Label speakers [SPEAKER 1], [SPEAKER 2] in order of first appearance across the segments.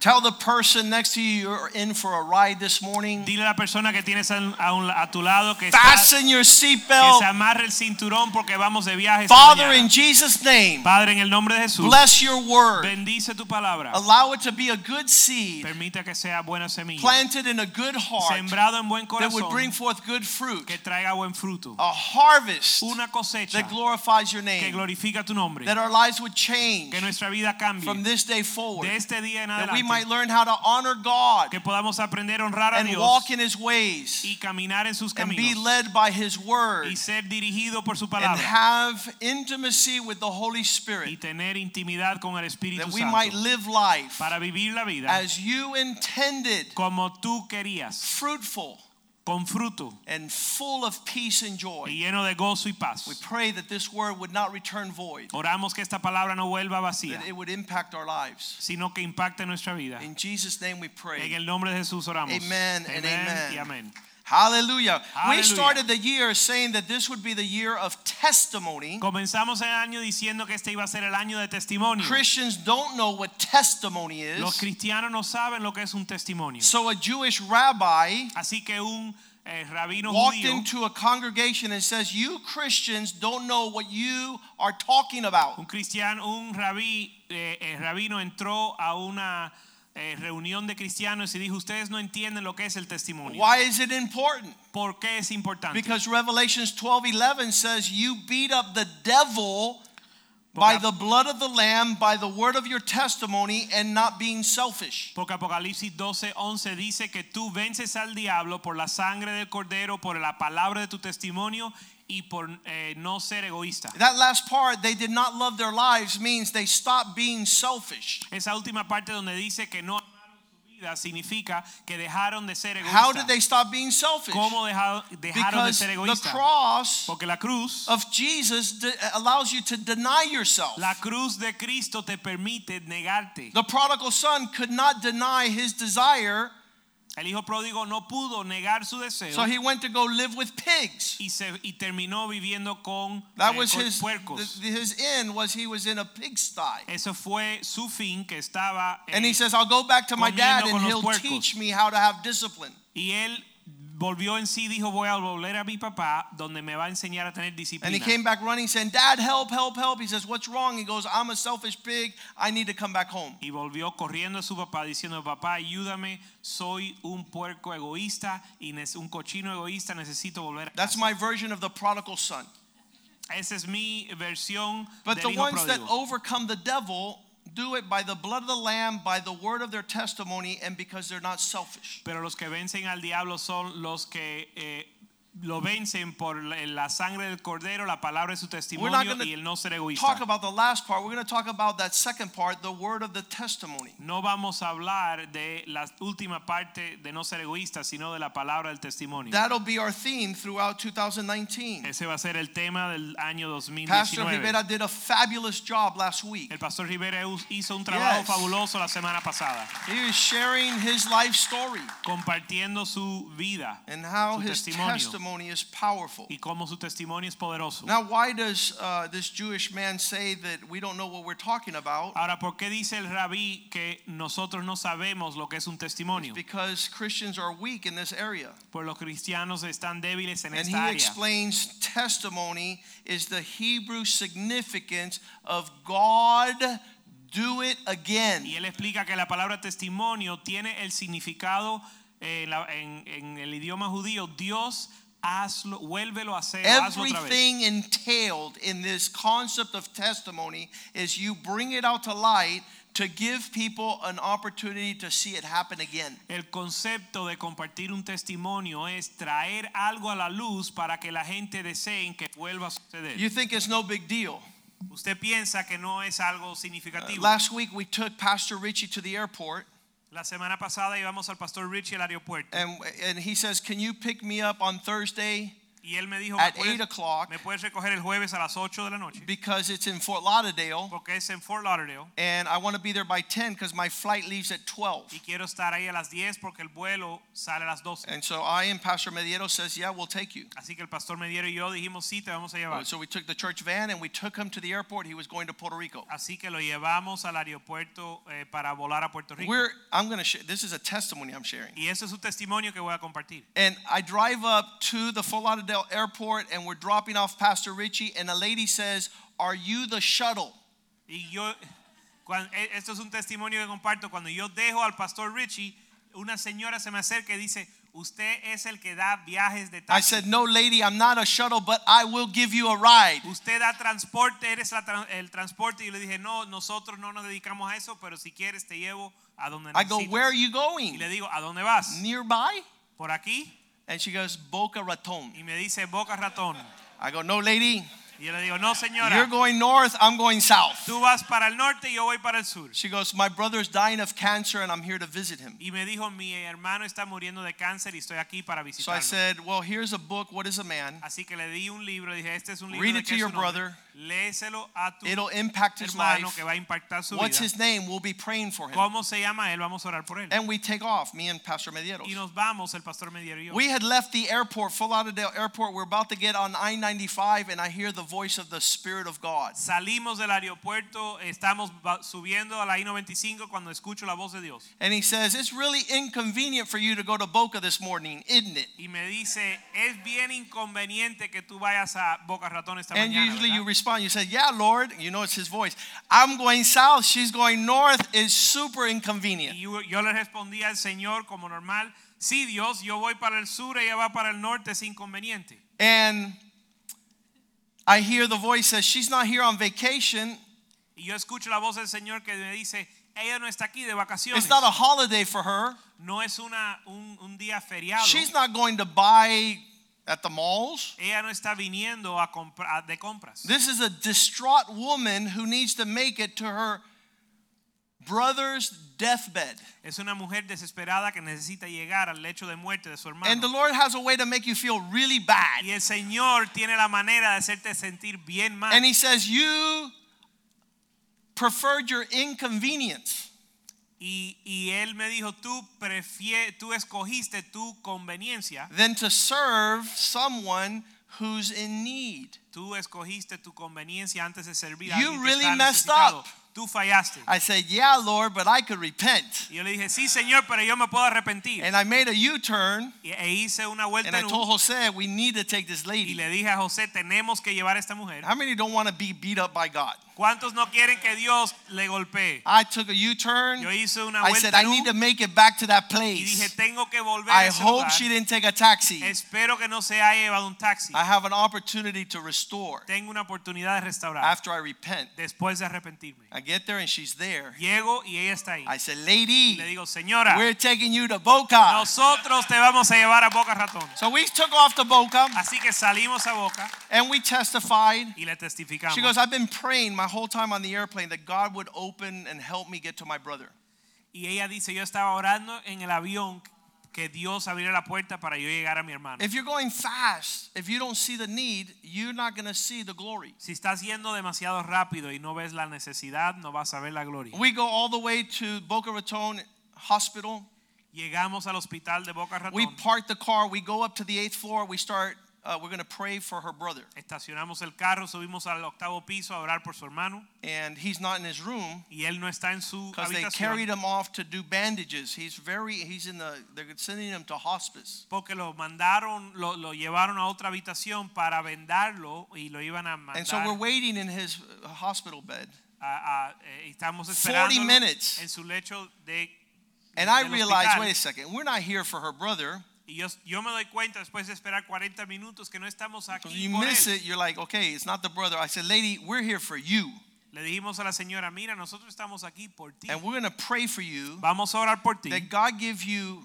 [SPEAKER 1] Tell the person next to you you're in for a ride this morning.
[SPEAKER 2] Dile a la persona que tienes a, un- a un- a tu lado que, estás-
[SPEAKER 1] Fasten your
[SPEAKER 2] que se
[SPEAKER 1] seatbelt.
[SPEAKER 2] amarre el cinturón porque vamos de viaje. esta
[SPEAKER 1] Father,
[SPEAKER 2] mañana.
[SPEAKER 1] in Jesus' name,
[SPEAKER 2] Padre, en el nombre de Jesús,
[SPEAKER 1] bless your word.
[SPEAKER 2] bendice tu palabra.
[SPEAKER 1] Allow it to be a good seed
[SPEAKER 2] Permita que sea buena semilla,
[SPEAKER 1] planted in a good heart
[SPEAKER 2] sembrado en buen
[SPEAKER 1] that would bring
[SPEAKER 2] corazón,
[SPEAKER 1] forth good fruit,
[SPEAKER 2] que traiga buen fruto.
[SPEAKER 1] a harvest
[SPEAKER 2] Una cosecha
[SPEAKER 1] that glorifies your
[SPEAKER 2] que
[SPEAKER 1] name,
[SPEAKER 2] glorifica tu nombre,
[SPEAKER 1] that our lives would change
[SPEAKER 2] que nuestra vida
[SPEAKER 1] from
[SPEAKER 2] cambie
[SPEAKER 1] this day forward,
[SPEAKER 2] de este día en
[SPEAKER 1] that we might
[SPEAKER 2] adelante,
[SPEAKER 1] learn how to honor God
[SPEAKER 2] que podamos aprender a honrar a
[SPEAKER 1] and
[SPEAKER 2] Dios
[SPEAKER 1] walk in His ways
[SPEAKER 2] y caminar en sus
[SPEAKER 1] and be
[SPEAKER 2] caminos
[SPEAKER 1] led by His word
[SPEAKER 2] y ser dirigido por su
[SPEAKER 1] and
[SPEAKER 2] palabra
[SPEAKER 1] have intimacy with the Holy
[SPEAKER 2] y
[SPEAKER 1] Spirit,
[SPEAKER 2] tener intimidad con el Espíritu
[SPEAKER 1] that we might
[SPEAKER 2] Santo
[SPEAKER 1] live life
[SPEAKER 2] para vivir la vida
[SPEAKER 1] as you intended,
[SPEAKER 2] como tú querías,
[SPEAKER 1] fruitful
[SPEAKER 2] con fruto
[SPEAKER 1] and full of peace and joy.
[SPEAKER 2] y lleno de gozo y
[SPEAKER 1] We
[SPEAKER 2] paz.
[SPEAKER 1] pray that this word would not return void,
[SPEAKER 2] Oramos que esta palabra no vuelva vacía,
[SPEAKER 1] that it would impact our lives.
[SPEAKER 2] sino que impacte nuestra vida.
[SPEAKER 1] In Jesus' name we
[SPEAKER 2] En
[SPEAKER 1] pray.
[SPEAKER 2] el nombre de Jesús oramos.
[SPEAKER 1] Amen and
[SPEAKER 2] Amén
[SPEAKER 1] amen.
[SPEAKER 2] y amén.
[SPEAKER 1] Hallelujah. We
[SPEAKER 2] Hallelujah.
[SPEAKER 1] started the year saying that this would be the year of testimony.
[SPEAKER 2] Comenzamos el año diciendo que este iba a ser el año de testimonio.
[SPEAKER 1] Christians don't know what testimony
[SPEAKER 2] Los
[SPEAKER 1] is.
[SPEAKER 2] cristianos no saben lo que es un testimonio.
[SPEAKER 1] So a Jewish rabbi
[SPEAKER 2] Así que un eh, rabino
[SPEAKER 1] walked
[SPEAKER 2] judío,
[SPEAKER 1] into a congregation and says, You Christians don't know what you are talking about.
[SPEAKER 2] un cristiano, un rabí, eh, eh, rabino entró a una eh, reunión de cristianos y dijo, ustedes no entienden lo que es el testimonio.
[SPEAKER 1] Why is it important?
[SPEAKER 2] ¿Por qué es importante?
[SPEAKER 1] Because Revelations 12 11 says, You beat up the devil by
[SPEAKER 2] Porque-
[SPEAKER 1] the blood of the Lamb, by the word of your testimony, and not being selfish.
[SPEAKER 2] Porque Apocalipsis 12, 11 dice que tú vences al diablo por la sangre del cordero, por la palabra de tu testimonio y por eh, no ser egoísta.
[SPEAKER 1] That last part, they did not love their lives, means they stopped being selfish.
[SPEAKER 2] Esa última parte donde dice que no amaron su vida significa que dejaron de ser
[SPEAKER 1] How did
[SPEAKER 2] egoístas.
[SPEAKER 1] they stop being selfish?
[SPEAKER 2] ¿Cómo deja- dejaron de
[SPEAKER 1] Because
[SPEAKER 2] ser
[SPEAKER 1] the
[SPEAKER 2] egoístas?
[SPEAKER 1] cross
[SPEAKER 2] Porque la cruz,
[SPEAKER 1] of Jesus de- allows you to deny yourself.
[SPEAKER 2] la cruz de Cristo te permite negarte.
[SPEAKER 1] The prodigal son could not deny his desire,
[SPEAKER 2] El hijo pródigo no pudo negar su deseo
[SPEAKER 1] so he went to go live with pigs.
[SPEAKER 2] y, se, y terminó viviendo con,
[SPEAKER 1] That
[SPEAKER 2] eh,
[SPEAKER 1] was
[SPEAKER 2] con
[SPEAKER 1] his
[SPEAKER 2] puercos. Eh,
[SPEAKER 1] th- his end was he was in a pigsty.
[SPEAKER 2] Eso fue su fin que estaba
[SPEAKER 1] And
[SPEAKER 2] eh,
[SPEAKER 1] he says, I'll go back to my dad
[SPEAKER 2] comiendo
[SPEAKER 1] and
[SPEAKER 2] con los
[SPEAKER 1] he'll
[SPEAKER 2] puercos.
[SPEAKER 1] teach me how to have discipline.
[SPEAKER 2] y él volvió en sí dijo voy a volver a mi papá donde me va a enseñar a tener
[SPEAKER 1] And he
[SPEAKER 2] disciplina.
[SPEAKER 1] came back running saying, Dad, help, help, help. He says, What's wrong? He goes, I'm a selfish pig. I need to come back home.
[SPEAKER 2] Y volvió corriendo a su papá diciendo papá ayúdame soy un puerco egoísta y nec- un cochino egoísta necesito volver. a
[SPEAKER 1] That's
[SPEAKER 2] casa".
[SPEAKER 1] my version of the prodigal son.
[SPEAKER 2] Esa es mi versión
[SPEAKER 1] But
[SPEAKER 2] del
[SPEAKER 1] the
[SPEAKER 2] hijo
[SPEAKER 1] ones that
[SPEAKER 2] pródigo.
[SPEAKER 1] overcome the devil do it by the blood of the Lamb, by the word of their testimony, and because they're not selfish.
[SPEAKER 2] Pero los que vencen al diablo son los que eh, lo vencen por la la sangre del cordero, la palabra de su testimonio
[SPEAKER 1] gonna
[SPEAKER 2] y el no ser
[SPEAKER 1] Talk
[SPEAKER 2] egoísta.
[SPEAKER 1] about the last part. We're going to talk about that second part, the word of the testimony.
[SPEAKER 2] No vamos a hablar de la última parte de no ser egoísta, sino de la palabra del testimonio.
[SPEAKER 1] That'll be our theme throughout 2019.
[SPEAKER 2] Ese va a ser el tema del año
[SPEAKER 1] Pastor
[SPEAKER 2] 2019.
[SPEAKER 1] Rivera did a fabulous job last week.
[SPEAKER 2] el pastor Rivera hizo un trabajo
[SPEAKER 1] Yes.
[SPEAKER 2] fabuloso la semana pasada,
[SPEAKER 1] He was sharing his life story
[SPEAKER 2] compartiendo su vida
[SPEAKER 1] and how
[SPEAKER 2] Su
[SPEAKER 1] his
[SPEAKER 2] testimonio.
[SPEAKER 1] testimony is powerful.
[SPEAKER 2] y cómo su testimonio es poderoso.
[SPEAKER 1] Now, why does uh, this Jewish man say that we don't know what we're talking about?
[SPEAKER 2] Ahora, ¿por qué dice el rabí que nosotros no sabemos lo que es un testimonio?
[SPEAKER 1] Because Christians are weak in this area.
[SPEAKER 2] Pues los cristianos están débiles en
[SPEAKER 1] And
[SPEAKER 2] esta
[SPEAKER 1] he
[SPEAKER 2] área.
[SPEAKER 1] explains testimony is the Hebrew significance of God do it again.
[SPEAKER 2] Y él explica que la palabra testimonio tiene el significado eh, en, la- en- en el idioma judío, Dios hazlo, vuélvelo a hacer, o hazlo otra vez.
[SPEAKER 1] Everything entailed in this concept of testimony is you bring it out to light to give people an opportunity to see it happen again.
[SPEAKER 2] El concepto de compartir un testimonio es traer algo a la luz para que la gente desee que vuelva a suceder.
[SPEAKER 1] You think it's no big deal.
[SPEAKER 2] Usted piensa que no es algo significativo.
[SPEAKER 1] Uh, Last week we took Pastor Richie to the airport
[SPEAKER 2] La semana pasada íbamos al pastor Richie al aeropuerto
[SPEAKER 1] and, and he says, Can you pick me up on Thursday
[SPEAKER 2] y él me dijo,
[SPEAKER 1] at
[SPEAKER 2] "¿Me puedes-
[SPEAKER 1] 8 o'clock
[SPEAKER 2] me puedes recoger el jueves a las 8 de la noche
[SPEAKER 1] because it's in Fort Lauderdale
[SPEAKER 2] porque es en Fort Lauderdale
[SPEAKER 1] and I want to be there by 10 because my flight leaves at 12?
[SPEAKER 2] y quiero estar ahí a las 10 porque el vuelo sale a las 12.
[SPEAKER 1] And so I and Pastor Mediero says, Yeah, we'll take you.
[SPEAKER 2] Así que el pastor Mediero y yo dijimos, sí, te vamos a llevar.
[SPEAKER 1] So we took the church van and we took him to the airport. He was going to Puerto Rico.
[SPEAKER 2] Así que lo llevamos al aeropuerto eh, para volar a Puerto Rico.
[SPEAKER 1] We're, I'm going to share, this is a testimony I'm sharing.
[SPEAKER 2] y ese es un testimonio que voy a compartir.
[SPEAKER 1] And I drive up to the Fort Lauderdale airport and we're dropping off Pastor Richie. And a lady says, Are you the shuttle?
[SPEAKER 2] Y yo, cuan- e- esto es un testimonio que comparto. Cuando yo dejo al pastor Richie, una señora se me acerca y dice, usted es el que da viajes de
[SPEAKER 1] I
[SPEAKER 2] taxi.
[SPEAKER 1] said, No, lady, I'm not a shuttle, but I will give you a ride.
[SPEAKER 2] Usted da transporte, eres la tran- el transporte. Y yo le dije, no, nosotros no nos dedicamos a eso, pero si quieres te llevo a donde
[SPEAKER 1] I go,
[SPEAKER 2] necesitas.
[SPEAKER 1] Where are you
[SPEAKER 2] y
[SPEAKER 1] going?
[SPEAKER 2] le digo, ¿a dónde vas?
[SPEAKER 1] Nearby?
[SPEAKER 2] Por aquí.
[SPEAKER 1] And she goes, Boca Raton.
[SPEAKER 2] Y me dice, boca ratón.
[SPEAKER 1] I go, No, lady,
[SPEAKER 2] Y yo le digo, no
[SPEAKER 1] you're
[SPEAKER 2] señora,
[SPEAKER 1] going north, I'm going south.
[SPEAKER 2] tú vas para el norte y yo voy para el sur.
[SPEAKER 1] She goes, My brother's dying of cancer and I'm here to visit him.
[SPEAKER 2] Y me dijo, mi hermano está muriendo de cáncer y estoy aquí para
[SPEAKER 1] So I
[SPEAKER 2] visitarlo.
[SPEAKER 1] said, Well, here's a book, What is a Man?
[SPEAKER 2] Así que le di un libro, dije, este es un libro
[SPEAKER 1] Read
[SPEAKER 2] de
[SPEAKER 1] it
[SPEAKER 2] que
[SPEAKER 1] to
[SPEAKER 2] es
[SPEAKER 1] your
[SPEAKER 2] un hombre.
[SPEAKER 1] brother.
[SPEAKER 2] Léeselo a tu
[SPEAKER 1] It'll impact his
[SPEAKER 2] hermano
[SPEAKER 1] life.
[SPEAKER 2] que va a impactar su
[SPEAKER 1] What's
[SPEAKER 2] vida.
[SPEAKER 1] his name? We'll be praying for him.
[SPEAKER 2] ¿Cómo se llama él? Vamos a orar por él.
[SPEAKER 1] And we take off, me and Pastor
[SPEAKER 2] Y
[SPEAKER 1] Medeiros.
[SPEAKER 2] nos vamos, el pastor Mediero y yo.
[SPEAKER 1] We had left the airport, Full Lauderdale Airport. We're about to get on I 95, and I hear the voice of the Spirit of God.
[SPEAKER 2] Salimos del aeropuerto, estamos ba- subiendo a la I-95 cuando escucho la voz de Dios.
[SPEAKER 1] And he says, It's really inconvenient for you to go to Boca this morning, isn't it?
[SPEAKER 2] Y me dice, es bien inconveniente que tú vayas a Boca Ratón esta
[SPEAKER 1] And
[SPEAKER 2] mañana.
[SPEAKER 1] usually
[SPEAKER 2] ¿verdad?
[SPEAKER 1] you respond, you say, Yeah, Lord. You know it's his voice. I'm going south, she's going north. It's super
[SPEAKER 2] Y
[SPEAKER 1] inconvenient.
[SPEAKER 2] yo, yo le respondí al Señor como normal, sí Dios, yo voy para el sur, ella va para el norte, es inconveniente.
[SPEAKER 1] And I hear the voice says, She's not here on vacation.
[SPEAKER 2] Y yo escucho la voz del Señor que me dice, ella no está aquí de
[SPEAKER 1] It's
[SPEAKER 2] vacaciones,
[SPEAKER 1] not a holiday for her.
[SPEAKER 2] no es una, un, un día feriado,
[SPEAKER 1] She's not going to buy at the malls.
[SPEAKER 2] ella no está viniendo a compra- de compras.
[SPEAKER 1] This is a distraught woman who needs to make it to her brother's deathbed.
[SPEAKER 2] Es una mujer desesperada que necesita llegar al lecho de muerte de su
[SPEAKER 1] And the
[SPEAKER 2] hermano.
[SPEAKER 1] Lord has a way to make you feel really
[SPEAKER 2] Y
[SPEAKER 1] bad.
[SPEAKER 2] el Señor tiene la manera de hacerte sentir bien mal.
[SPEAKER 1] And He says, You preferred your inconvenience.
[SPEAKER 2] Y, y él me dijo, tú, prefie- tú escogiste tu conveniencia,
[SPEAKER 1] than to serve someone who's in need.
[SPEAKER 2] tú escogiste tu conveniencia antes de servir a
[SPEAKER 1] You
[SPEAKER 2] alguien que
[SPEAKER 1] really
[SPEAKER 2] está
[SPEAKER 1] messed
[SPEAKER 2] necesitado.
[SPEAKER 1] up.
[SPEAKER 2] Tú fallaste.
[SPEAKER 1] I said, Yeah, Lord, but I could repent.
[SPEAKER 2] Y yo le dije, sí, Señor, pero yo me puedo arrepentir.
[SPEAKER 1] And I made a U turn
[SPEAKER 2] Y- e hice una vuelta
[SPEAKER 1] and I
[SPEAKER 2] en U
[SPEAKER 1] told Jose, We need to take this
[SPEAKER 2] y
[SPEAKER 1] lady.
[SPEAKER 2] le dije a José, tenemos que llevar a esta mujer.
[SPEAKER 1] How many don't want to be beat up by God?
[SPEAKER 2] ¿Cuántos no quieren que Dios le golpee?
[SPEAKER 1] I took a U turn.
[SPEAKER 2] Yo hice una
[SPEAKER 1] I said,
[SPEAKER 2] vuelta
[SPEAKER 1] I
[SPEAKER 2] en U
[SPEAKER 1] need to make it back to that
[SPEAKER 2] y dije,
[SPEAKER 1] place.
[SPEAKER 2] tengo que volver a
[SPEAKER 1] I
[SPEAKER 2] ese
[SPEAKER 1] hope
[SPEAKER 2] lugar.
[SPEAKER 1] she didn't take a taxi.
[SPEAKER 2] Espero que no se haya llevado un taxi.
[SPEAKER 1] I have an opportunity to restore
[SPEAKER 2] Tengo una oportunidad de restaurar
[SPEAKER 1] after I repent.
[SPEAKER 2] después de arrepentirme.
[SPEAKER 1] I get there and she's there.
[SPEAKER 2] Llego y ella está ahí.
[SPEAKER 1] I said,
[SPEAKER 2] Y le
[SPEAKER 1] Lady,
[SPEAKER 2] digo, señora,
[SPEAKER 1] we're taking you to Boca.
[SPEAKER 2] nosotros te vamos a llevar a Boca Ratón.
[SPEAKER 1] So we took off to Boca
[SPEAKER 2] Así que salimos a Boca
[SPEAKER 1] and we testified.
[SPEAKER 2] y le testificamos.
[SPEAKER 1] She goes, I've been praying my whole time on the airplane that God would open and help me get to my brother.
[SPEAKER 2] y ella dice, yo estaba orando en el avión que Dios abriera la puerta para yo llegar a mi hermano.
[SPEAKER 1] If you're going fast, if you don't see the need, you're not going to see the glory.
[SPEAKER 2] si estás yendo demasiado rápido y no ves la necesidad, no vas a ver la gloria.
[SPEAKER 1] We go all the way to Boca Raton Hospital.
[SPEAKER 2] Llegamos al hospital de Boca Ratón.
[SPEAKER 1] We park the car. We go up to the eighth floor. We start, uh, we're going to pray for her brother.
[SPEAKER 2] Estacionamos el carro, subimos al octavo piso a orar por su hermano
[SPEAKER 1] And he's not in his room
[SPEAKER 2] y él no está en su
[SPEAKER 1] because they
[SPEAKER 2] habitación
[SPEAKER 1] carried him off to do bandages. He's very, he's in the, they're sending him to hospice.
[SPEAKER 2] porque lo mandaron, lo, lo llevaron a otra habitación para vendarlo y lo iban a mandar.
[SPEAKER 1] And so we're waiting in his uh, hospital bed.
[SPEAKER 2] a- a- eh, estamos
[SPEAKER 1] 40
[SPEAKER 2] esperando
[SPEAKER 1] minutes.
[SPEAKER 2] en su lecho de
[SPEAKER 1] And
[SPEAKER 2] del
[SPEAKER 1] I realized,
[SPEAKER 2] hospital.
[SPEAKER 1] wait a second, we're not here for her brother.
[SPEAKER 2] y yo, yo me doy cuenta después de esperar 40 minutos que no estamos
[SPEAKER 1] So
[SPEAKER 2] aquí
[SPEAKER 1] you
[SPEAKER 2] por
[SPEAKER 1] miss
[SPEAKER 2] él.
[SPEAKER 1] it, you're like, okay, it's not the brother. I said, lady, we're here for you,
[SPEAKER 2] Le dijimos a la señora, mira, nosotros estamos aquí por ti.
[SPEAKER 1] and we're gonna pray for you
[SPEAKER 2] Vamos a orar por ti.
[SPEAKER 1] that God give you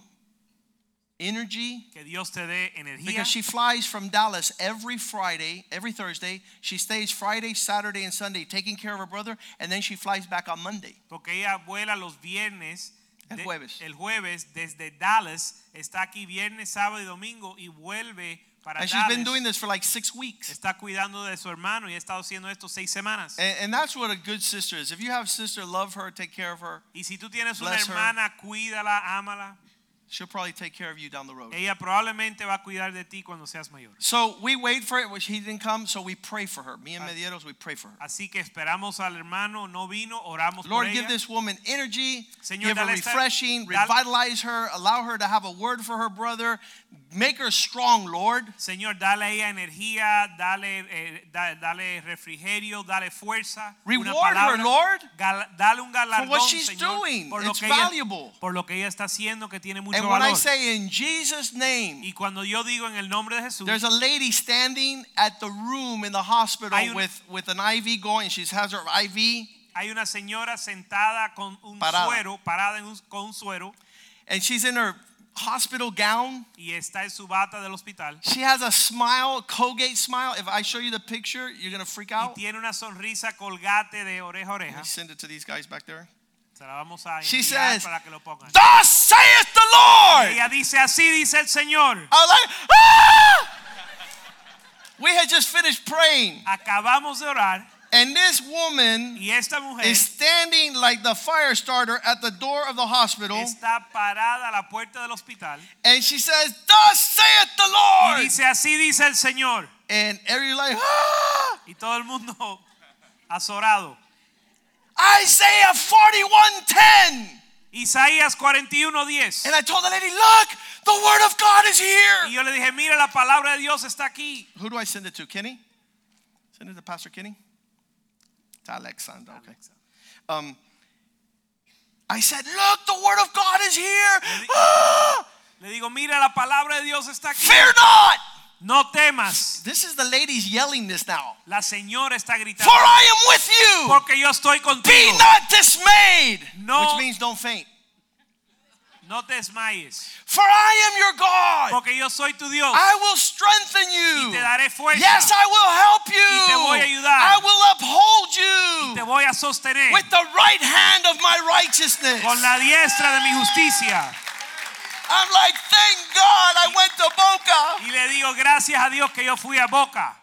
[SPEAKER 1] energy.
[SPEAKER 2] Que Dios te dé energía.
[SPEAKER 1] Because she flies from Dallas every Friday, every Thursday. She stays Friday, Saturday, and Sunday taking care of her brother, and then she flies back on Monday.
[SPEAKER 2] Porque ella vuela los viernes,
[SPEAKER 1] El
[SPEAKER 2] de-
[SPEAKER 1] jueves.
[SPEAKER 2] el jueves desde Dallas está aquí viernes, sábado y domingo y vuelve para
[SPEAKER 1] And she's
[SPEAKER 2] Dallas.
[SPEAKER 1] been doing this for like six weeks.
[SPEAKER 2] Está cuidando de su hermano y ha estado haciendo esto seis semanas.
[SPEAKER 1] And, and that's what a good sister is. If you have a sister, love her, take care of her.
[SPEAKER 2] y si tú tienes una
[SPEAKER 1] bless her.
[SPEAKER 2] hermana, cuídala, ámala.
[SPEAKER 1] She'll probably take care of you down the road.
[SPEAKER 2] Ella probablemente va a cuidar de ti cuando seas mayor.
[SPEAKER 1] So we wait for it, which he didn't come, so we pray for her.
[SPEAKER 2] Ah.
[SPEAKER 1] Me and Medeiros, we pray for her.
[SPEAKER 2] Así que esperamos al hermano, no vino, oramos
[SPEAKER 1] Lord,
[SPEAKER 2] por
[SPEAKER 1] give
[SPEAKER 2] ella.
[SPEAKER 1] this woman energy,
[SPEAKER 2] Señor,
[SPEAKER 1] give her
[SPEAKER 2] dale esta-
[SPEAKER 1] refreshing,
[SPEAKER 2] dale-
[SPEAKER 1] revitalize her, allow her to have a word for her brother, make her strong, Lord.
[SPEAKER 2] Señor, dale a ella energía, dale, eh, da- dale refrigerio, dale fuerza. una
[SPEAKER 1] Reward her,
[SPEAKER 2] palabra.
[SPEAKER 1] Lord,
[SPEAKER 2] Gal- dale un galardón,
[SPEAKER 1] what she's
[SPEAKER 2] Señor,
[SPEAKER 1] doing.
[SPEAKER 2] por, lo
[SPEAKER 1] It's
[SPEAKER 2] que ella,
[SPEAKER 1] valuable.
[SPEAKER 2] por lo que ella está haciendo, que tiene mucho
[SPEAKER 1] And when
[SPEAKER 2] valor.
[SPEAKER 1] I say in Jesus' name,
[SPEAKER 2] y cuando yo digo en el nombre de Jesús,
[SPEAKER 1] there's a lady standing at the room in the hospital
[SPEAKER 2] Hay una-
[SPEAKER 1] with, with an IV going. She has her IV,
[SPEAKER 2] hay una señora sentada con un
[SPEAKER 1] Parada.
[SPEAKER 2] suero, parada en un- con un suero,
[SPEAKER 1] and she's in her hospital gown.
[SPEAKER 2] y está en su bata del hospital.
[SPEAKER 1] She has a smile, Colgate smile. If I show you the picture, you're going to freak
[SPEAKER 2] Y
[SPEAKER 1] out.
[SPEAKER 2] tiene una sonrisa colgate de oreja a oreja.
[SPEAKER 1] Let me send it to these guys back there.
[SPEAKER 2] Se la vamos a
[SPEAKER 1] She
[SPEAKER 2] enviar
[SPEAKER 1] says,
[SPEAKER 2] para que lo pongan.
[SPEAKER 1] Thus saith the Lord.
[SPEAKER 2] Ella dice así dice el Señor.
[SPEAKER 1] I was like, ah! We had just finished praying,
[SPEAKER 2] Acabamos de orar
[SPEAKER 1] and this woman
[SPEAKER 2] y esta mujer
[SPEAKER 1] is standing like the fire starter at the door of the hospital,
[SPEAKER 2] está parada a la puerta del hospital
[SPEAKER 1] and she says, "Thus saith the
[SPEAKER 2] y
[SPEAKER 1] Lord,"
[SPEAKER 2] dice así dice el Señor.
[SPEAKER 1] and every like, ah!
[SPEAKER 2] Y todo el mundo azorado.
[SPEAKER 1] Isaiah forty-one ten,
[SPEAKER 2] Isaías 41:10.
[SPEAKER 1] and I told the lady, "Look, the word of God is
[SPEAKER 2] Y
[SPEAKER 1] here."
[SPEAKER 2] yo le dije, mira, la palabra de Dios está aquí.
[SPEAKER 1] Who do I send it to, Kenny? Send it to Pastor Kenny. To Alexander. Okay. Um, I said, "Look, the word of God is here." Ah!
[SPEAKER 2] Le digo, mira, la palabra de Dios está aquí.
[SPEAKER 1] Fear not.
[SPEAKER 2] No temas.
[SPEAKER 1] This is the ladies yelling this now.
[SPEAKER 2] La señora está
[SPEAKER 1] For
[SPEAKER 2] gritando.
[SPEAKER 1] I am with you.
[SPEAKER 2] Porque yo estoy
[SPEAKER 1] Be
[SPEAKER 2] contigo.
[SPEAKER 1] not dismayed.
[SPEAKER 2] No.
[SPEAKER 1] Which means don't faint.
[SPEAKER 2] No te desmayes.
[SPEAKER 1] For I am your God.
[SPEAKER 2] Porque yo soy tu Dios.
[SPEAKER 1] I will strengthen
[SPEAKER 2] Y te
[SPEAKER 1] you.
[SPEAKER 2] daré fuerza.
[SPEAKER 1] Yes, I will help you.
[SPEAKER 2] Y te voy a ayudar.
[SPEAKER 1] I will uphold
[SPEAKER 2] Te
[SPEAKER 1] you
[SPEAKER 2] voy a sostener
[SPEAKER 1] with the right hand of my righteousness.
[SPEAKER 2] con la diestra de mi justicia.
[SPEAKER 1] I'm like, thank God I went to Boca.
[SPEAKER 2] Y le digo, gracias a Dios que yo fui a Boca.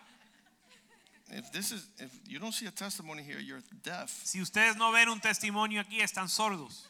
[SPEAKER 1] If this is, if you don't see a testimony here, you're deaf.
[SPEAKER 2] Si ustedes no ven un testimonio aquí, están sordos.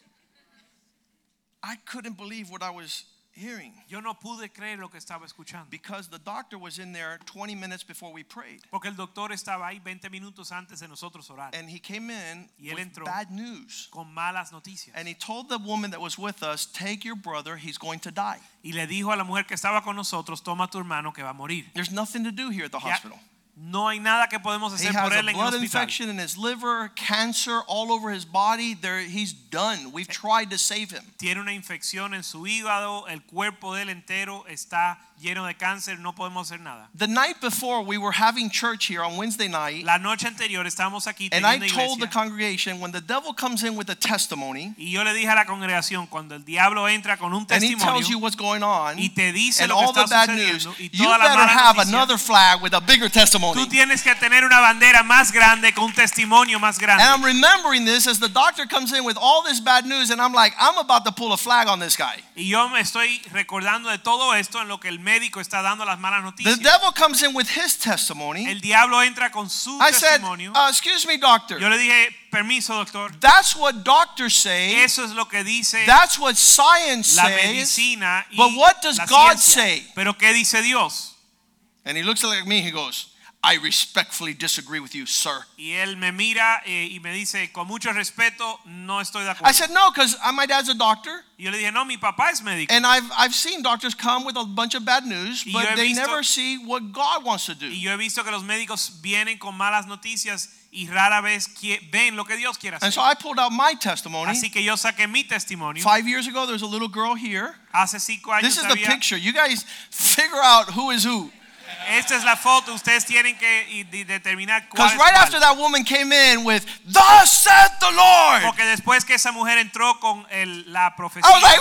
[SPEAKER 1] I couldn't believe what I was hearing
[SPEAKER 2] Yo no pude creer lo que estaba escuchando.
[SPEAKER 1] because the doctor was in there 20 minutes before we prayed.
[SPEAKER 2] Porque el doctor estaba ahí 20 minutos antes de nosotros orar.
[SPEAKER 1] And he came in
[SPEAKER 2] Y él
[SPEAKER 1] with
[SPEAKER 2] entró.
[SPEAKER 1] bad news.
[SPEAKER 2] Con malas noticias.
[SPEAKER 1] And he told the woman that was with us, Take your brother, he's going to die.
[SPEAKER 2] Y le dijo a la mujer que estaba con nosotros, toma a tu hermano que va a morir.
[SPEAKER 1] There's nothing to do here at the
[SPEAKER 2] Ya-
[SPEAKER 1] hospital.
[SPEAKER 2] no hay nada que podemos
[SPEAKER 1] He
[SPEAKER 2] hacer
[SPEAKER 1] has
[SPEAKER 2] por él
[SPEAKER 1] a
[SPEAKER 2] en el
[SPEAKER 1] blood
[SPEAKER 2] hospital.
[SPEAKER 1] infection in his liver, cancer all over his body. There, he's done. We've
[SPEAKER 2] Eh.
[SPEAKER 1] tried to save him.
[SPEAKER 2] Tiene una infección en su hígado, el cuerpo del entero está lleno de cáncer, no podemos hacer nada.
[SPEAKER 1] The night before, we were having church here on Wednesday night,
[SPEAKER 2] La noche anterior estábamos aquí
[SPEAKER 1] and
[SPEAKER 2] teniendo
[SPEAKER 1] I told the
[SPEAKER 2] iglesia,
[SPEAKER 1] congregation when the devil comes in with a testimony
[SPEAKER 2] y yo le dije a la congregación cuando el diablo entra con un
[SPEAKER 1] and he tells you
[SPEAKER 2] testimonio
[SPEAKER 1] what's going on
[SPEAKER 2] y te dice
[SPEAKER 1] and
[SPEAKER 2] lo que
[SPEAKER 1] all the
[SPEAKER 2] está
[SPEAKER 1] bad news,
[SPEAKER 2] sucediendo y
[SPEAKER 1] you
[SPEAKER 2] toda la
[SPEAKER 1] better
[SPEAKER 2] mala
[SPEAKER 1] have
[SPEAKER 2] noticia,
[SPEAKER 1] another flag with a bigger testimony.
[SPEAKER 2] tú tienes que tener una bandera más grande con un testimonio más
[SPEAKER 1] And
[SPEAKER 2] grande.
[SPEAKER 1] I'm remembering this as the doctor comes in with all this bad news, and I'm like, I'm about to pull a flag on this guy.
[SPEAKER 2] Y yo me estoy recordando de todo esto en lo que el médico está dando las malas
[SPEAKER 1] The
[SPEAKER 2] noticias.
[SPEAKER 1] devil comes in with his testimony.
[SPEAKER 2] El diablo entra con su
[SPEAKER 1] I said,
[SPEAKER 2] testimonio.
[SPEAKER 1] uh, Excuse me, doctor.
[SPEAKER 2] Yo le dije, permiso doctor,
[SPEAKER 1] That's what doctors say,
[SPEAKER 2] eso es lo que dice
[SPEAKER 1] that's what science
[SPEAKER 2] la
[SPEAKER 1] says.
[SPEAKER 2] medicina y
[SPEAKER 1] but what does
[SPEAKER 2] la
[SPEAKER 1] God
[SPEAKER 2] ciencia.
[SPEAKER 1] say?
[SPEAKER 2] Pero ¿qué dice Dios?
[SPEAKER 1] And he looks at me, he goes, I respectfully disagree with you, sir.
[SPEAKER 2] Y él me mira eh, y me dice, con mucho respeto, no estoy de
[SPEAKER 1] I
[SPEAKER 2] acuerdo.
[SPEAKER 1] said, No, because my dad's a doctor,
[SPEAKER 2] Y yo le dije, no, mi papá es médico.
[SPEAKER 1] and I've, I've seen doctors come with a bunch of bad news,
[SPEAKER 2] Y yo he
[SPEAKER 1] but they
[SPEAKER 2] visto-
[SPEAKER 1] never see what God wants to do.
[SPEAKER 2] Y yo he visto que los médicos vienen con malas noticias y rara vez qui- ven lo que Dios quiere hacer.
[SPEAKER 1] And so I pulled out my testimony.
[SPEAKER 2] Así que yo saqué mi testimonio.
[SPEAKER 1] Five years ago, there was a little girl here.
[SPEAKER 2] Hace cinco años
[SPEAKER 1] This is the
[SPEAKER 2] había-
[SPEAKER 1] picture. You guys figure out who is who.
[SPEAKER 2] Esta es la foto. Ustedes tienen que y- de- determinar cuál
[SPEAKER 1] Because
[SPEAKER 2] es
[SPEAKER 1] right
[SPEAKER 2] cuál.
[SPEAKER 1] after that woman came in with, Thus saith the Lord,
[SPEAKER 2] Porque después que esa mujer entró con el- la
[SPEAKER 1] I
[SPEAKER 2] profecía,
[SPEAKER 1] was like,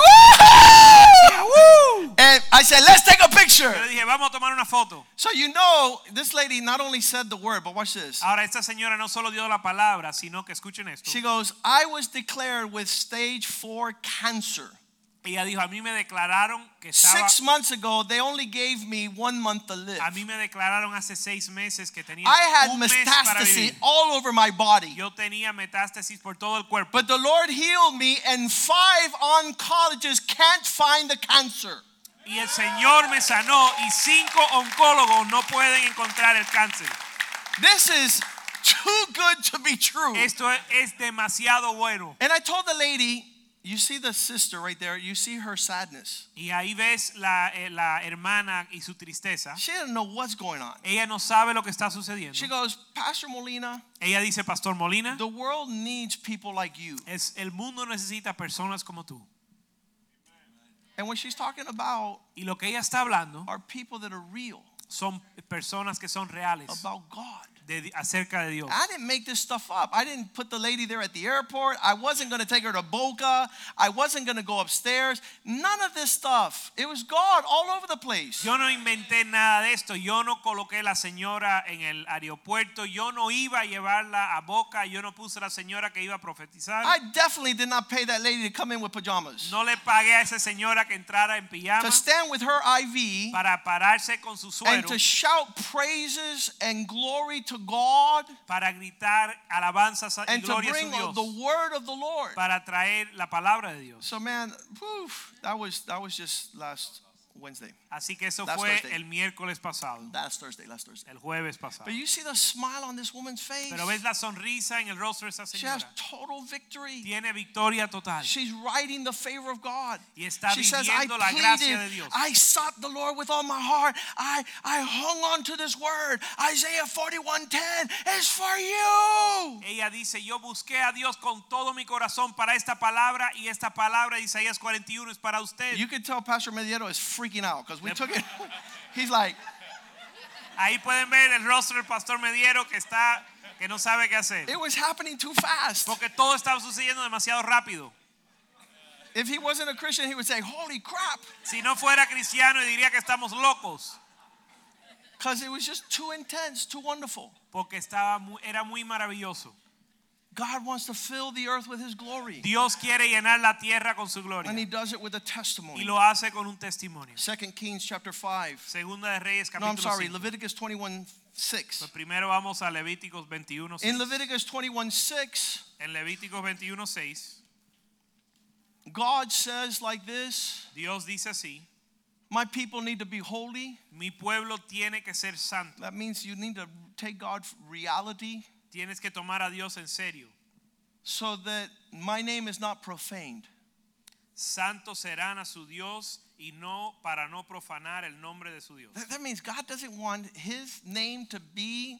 [SPEAKER 1] Woo!
[SPEAKER 2] ¡Woo!
[SPEAKER 1] And I said, Let's take a picture.
[SPEAKER 2] yo le dije, vamos a tomar una foto.
[SPEAKER 1] So you know, this lady not only said the word, but watch this.
[SPEAKER 2] Ahora esta señora no solo dio la palabra, sino que escuchen esto.
[SPEAKER 1] She goes, I was declared with stage four cancer.
[SPEAKER 2] Ella dijo, a mí me declararon que estaba
[SPEAKER 1] Six months ago, they only gave me one month to live.
[SPEAKER 2] a mí me declararon hace seis meses que tenía
[SPEAKER 1] I had
[SPEAKER 2] un mes para
[SPEAKER 1] metastases
[SPEAKER 2] vivir.
[SPEAKER 1] all over my body.
[SPEAKER 2] Yo tenía metástasis por todo el cuerpo.
[SPEAKER 1] But the Lord healed me, and five oncologists can't find the cancer.
[SPEAKER 2] y el Señor me sanó y cinco oncólogos no pueden encontrar el cáncer.
[SPEAKER 1] This is too good to be true.
[SPEAKER 2] Esto es, es demasiado bueno.
[SPEAKER 1] And I told the lady, you see the sister right there, you see her sadness.
[SPEAKER 2] Y ahí ves la, eh, la hermana y su tristeza.
[SPEAKER 1] She didn't know what's going on.
[SPEAKER 2] Ella no sabe lo que está sucediendo.
[SPEAKER 1] She goes, Pastor Molina,
[SPEAKER 2] Ella dice, Pastor Molina,
[SPEAKER 1] the world needs people like you.
[SPEAKER 2] es, el mundo necesita personas como tú.
[SPEAKER 1] And what she's talking about
[SPEAKER 2] Y lo que ella está hablando
[SPEAKER 1] are people that are real
[SPEAKER 2] son personas que son reales
[SPEAKER 1] about God.
[SPEAKER 2] de- acerca de Dios.
[SPEAKER 1] I didn't make this stuff up. I didn't put the lady there at the airport. I wasn't going to take her to Boca. I wasn't going to go upstairs. None of this stuff. It was God all over the place.
[SPEAKER 2] Yo no inventé nada de esto. Yo no coloqué a la señora en el aeropuerto. Yo no iba a llevarla a boca. Yo no puse a la señora que iba a profetizar.
[SPEAKER 1] I definitely did not pay that lady to come in with pajamas.
[SPEAKER 2] No le pagué a esa señora que entrara en pijama
[SPEAKER 1] To stand with her IV
[SPEAKER 2] para pararse con su
[SPEAKER 1] and
[SPEAKER 2] suero,
[SPEAKER 1] to shout praises and glory to God
[SPEAKER 2] para gritar alabanzas y
[SPEAKER 1] and to
[SPEAKER 2] gloria a su
[SPEAKER 1] bring
[SPEAKER 2] Dios,
[SPEAKER 1] the word of the Lord.
[SPEAKER 2] para traer la palabra de Dios.
[SPEAKER 1] So man, poof, that was that was just last Wednesday.
[SPEAKER 2] Así que eso
[SPEAKER 1] Last
[SPEAKER 2] fue
[SPEAKER 1] Thursday.
[SPEAKER 2] el miércoles pasado,
[SPEAKER 1] Last Thursday, last Thursday.
[SPEAKER 2] el jueves pasado.
[SPEAKER 1] But you see the smile on this woman's face.
[SPEAKER 2] Pero ves la sonrisa en el rostro de esa
[SPEAKER 1] She has
[SPEAKER 2] señora.
[SPEAKER 1] total victory.
[SPEAKER 2] Tiene victoria total.
[SPEAKER 1] She's riding the favor of God.
[SPEAKER 2] Y está
[SPEAKER 1] she says, I
[SPEAKER 2] viviendo la gracia de
[SPEAKER 1] pleaded,
[SPEAKER 2] Dios."
[SPEAKER 1] I sought the Lord with all my heart. I, I hung on to this word. Isaiah 41:10 is for you.
[SPEAKER 2] Ella dice, yo busqué a Dios con todo mi corazón para esta palabra y esta palabra de Isaías 41 es para usted.
[SPEAKER 1] You can tell Pastor Mediero is freaking out because we took it. He's like,
[SPEAKER 2] Ahí pueden ver el rostro del pastor Mediero que está, que no sabe qué hacer.
[SPEAKER 1] it was happening too fast.
[SPEAKER 2] Porque todo estaba sucediendo demasiado rápido.
[SPEAKER 1] If he wasn't a Christian, he would say, Holy crap.
[SPEAKER 2] Si no fuera cristiano, diría que estamos locos.
[SPEAKER 1] Because it was just too intense, too wonderful.
[SPEAKER 2] Porque estaba mu- era muy maravilloso.
[SPEAKER 1] God wants to fill the earth with his glory.
[SPEAKER 2] Dios quiere llenar la tierra con su gloria.
[SPEAKER 1] And he does it with a
[SPEAKER 2] Y
[SPEAKER 1] testimony.
[SPEAKER 2] lo hace con un testimonio.
[SPEAKER 1] 2 Kings chapter 5.
[SPEAKER 2] Segunda de Reyes
[SPEAKER 1] No,
[SPEAKER 2] capítulo
[SPEAKER 1] I'm sorry,
[SPEAKER 2] cinco.
[SPEAKER 1] Leviticus 21
[SPEAKER 2] Pues
[SPEAKER 1] 6.
[SPEAKER 2] primero vamos a Levíticos 21
[SPEAKER 1] In Leviticus 21 6,
[SPEAKER 2] En Levíticos 21 6
[SPEAKER 1] God says like this
[SPEAKER 2] Dios dice así,
[SPEAKER 1] My people need to be holy.
[SPEAKER 2] mi pueblo tiene que ser santo.
[SPEAKER 1] That means you need to take God's reality
[SPEAKER 2] Tienes que tomar a Dios en serio.
[SPEAKER 1] so that my name is not profaned.
[SPEAKER 2] Santos serán a su Dios y no para no profanar el nombre de su Dios.
[SPEAKER 1] That, that means God doesn't want his name to be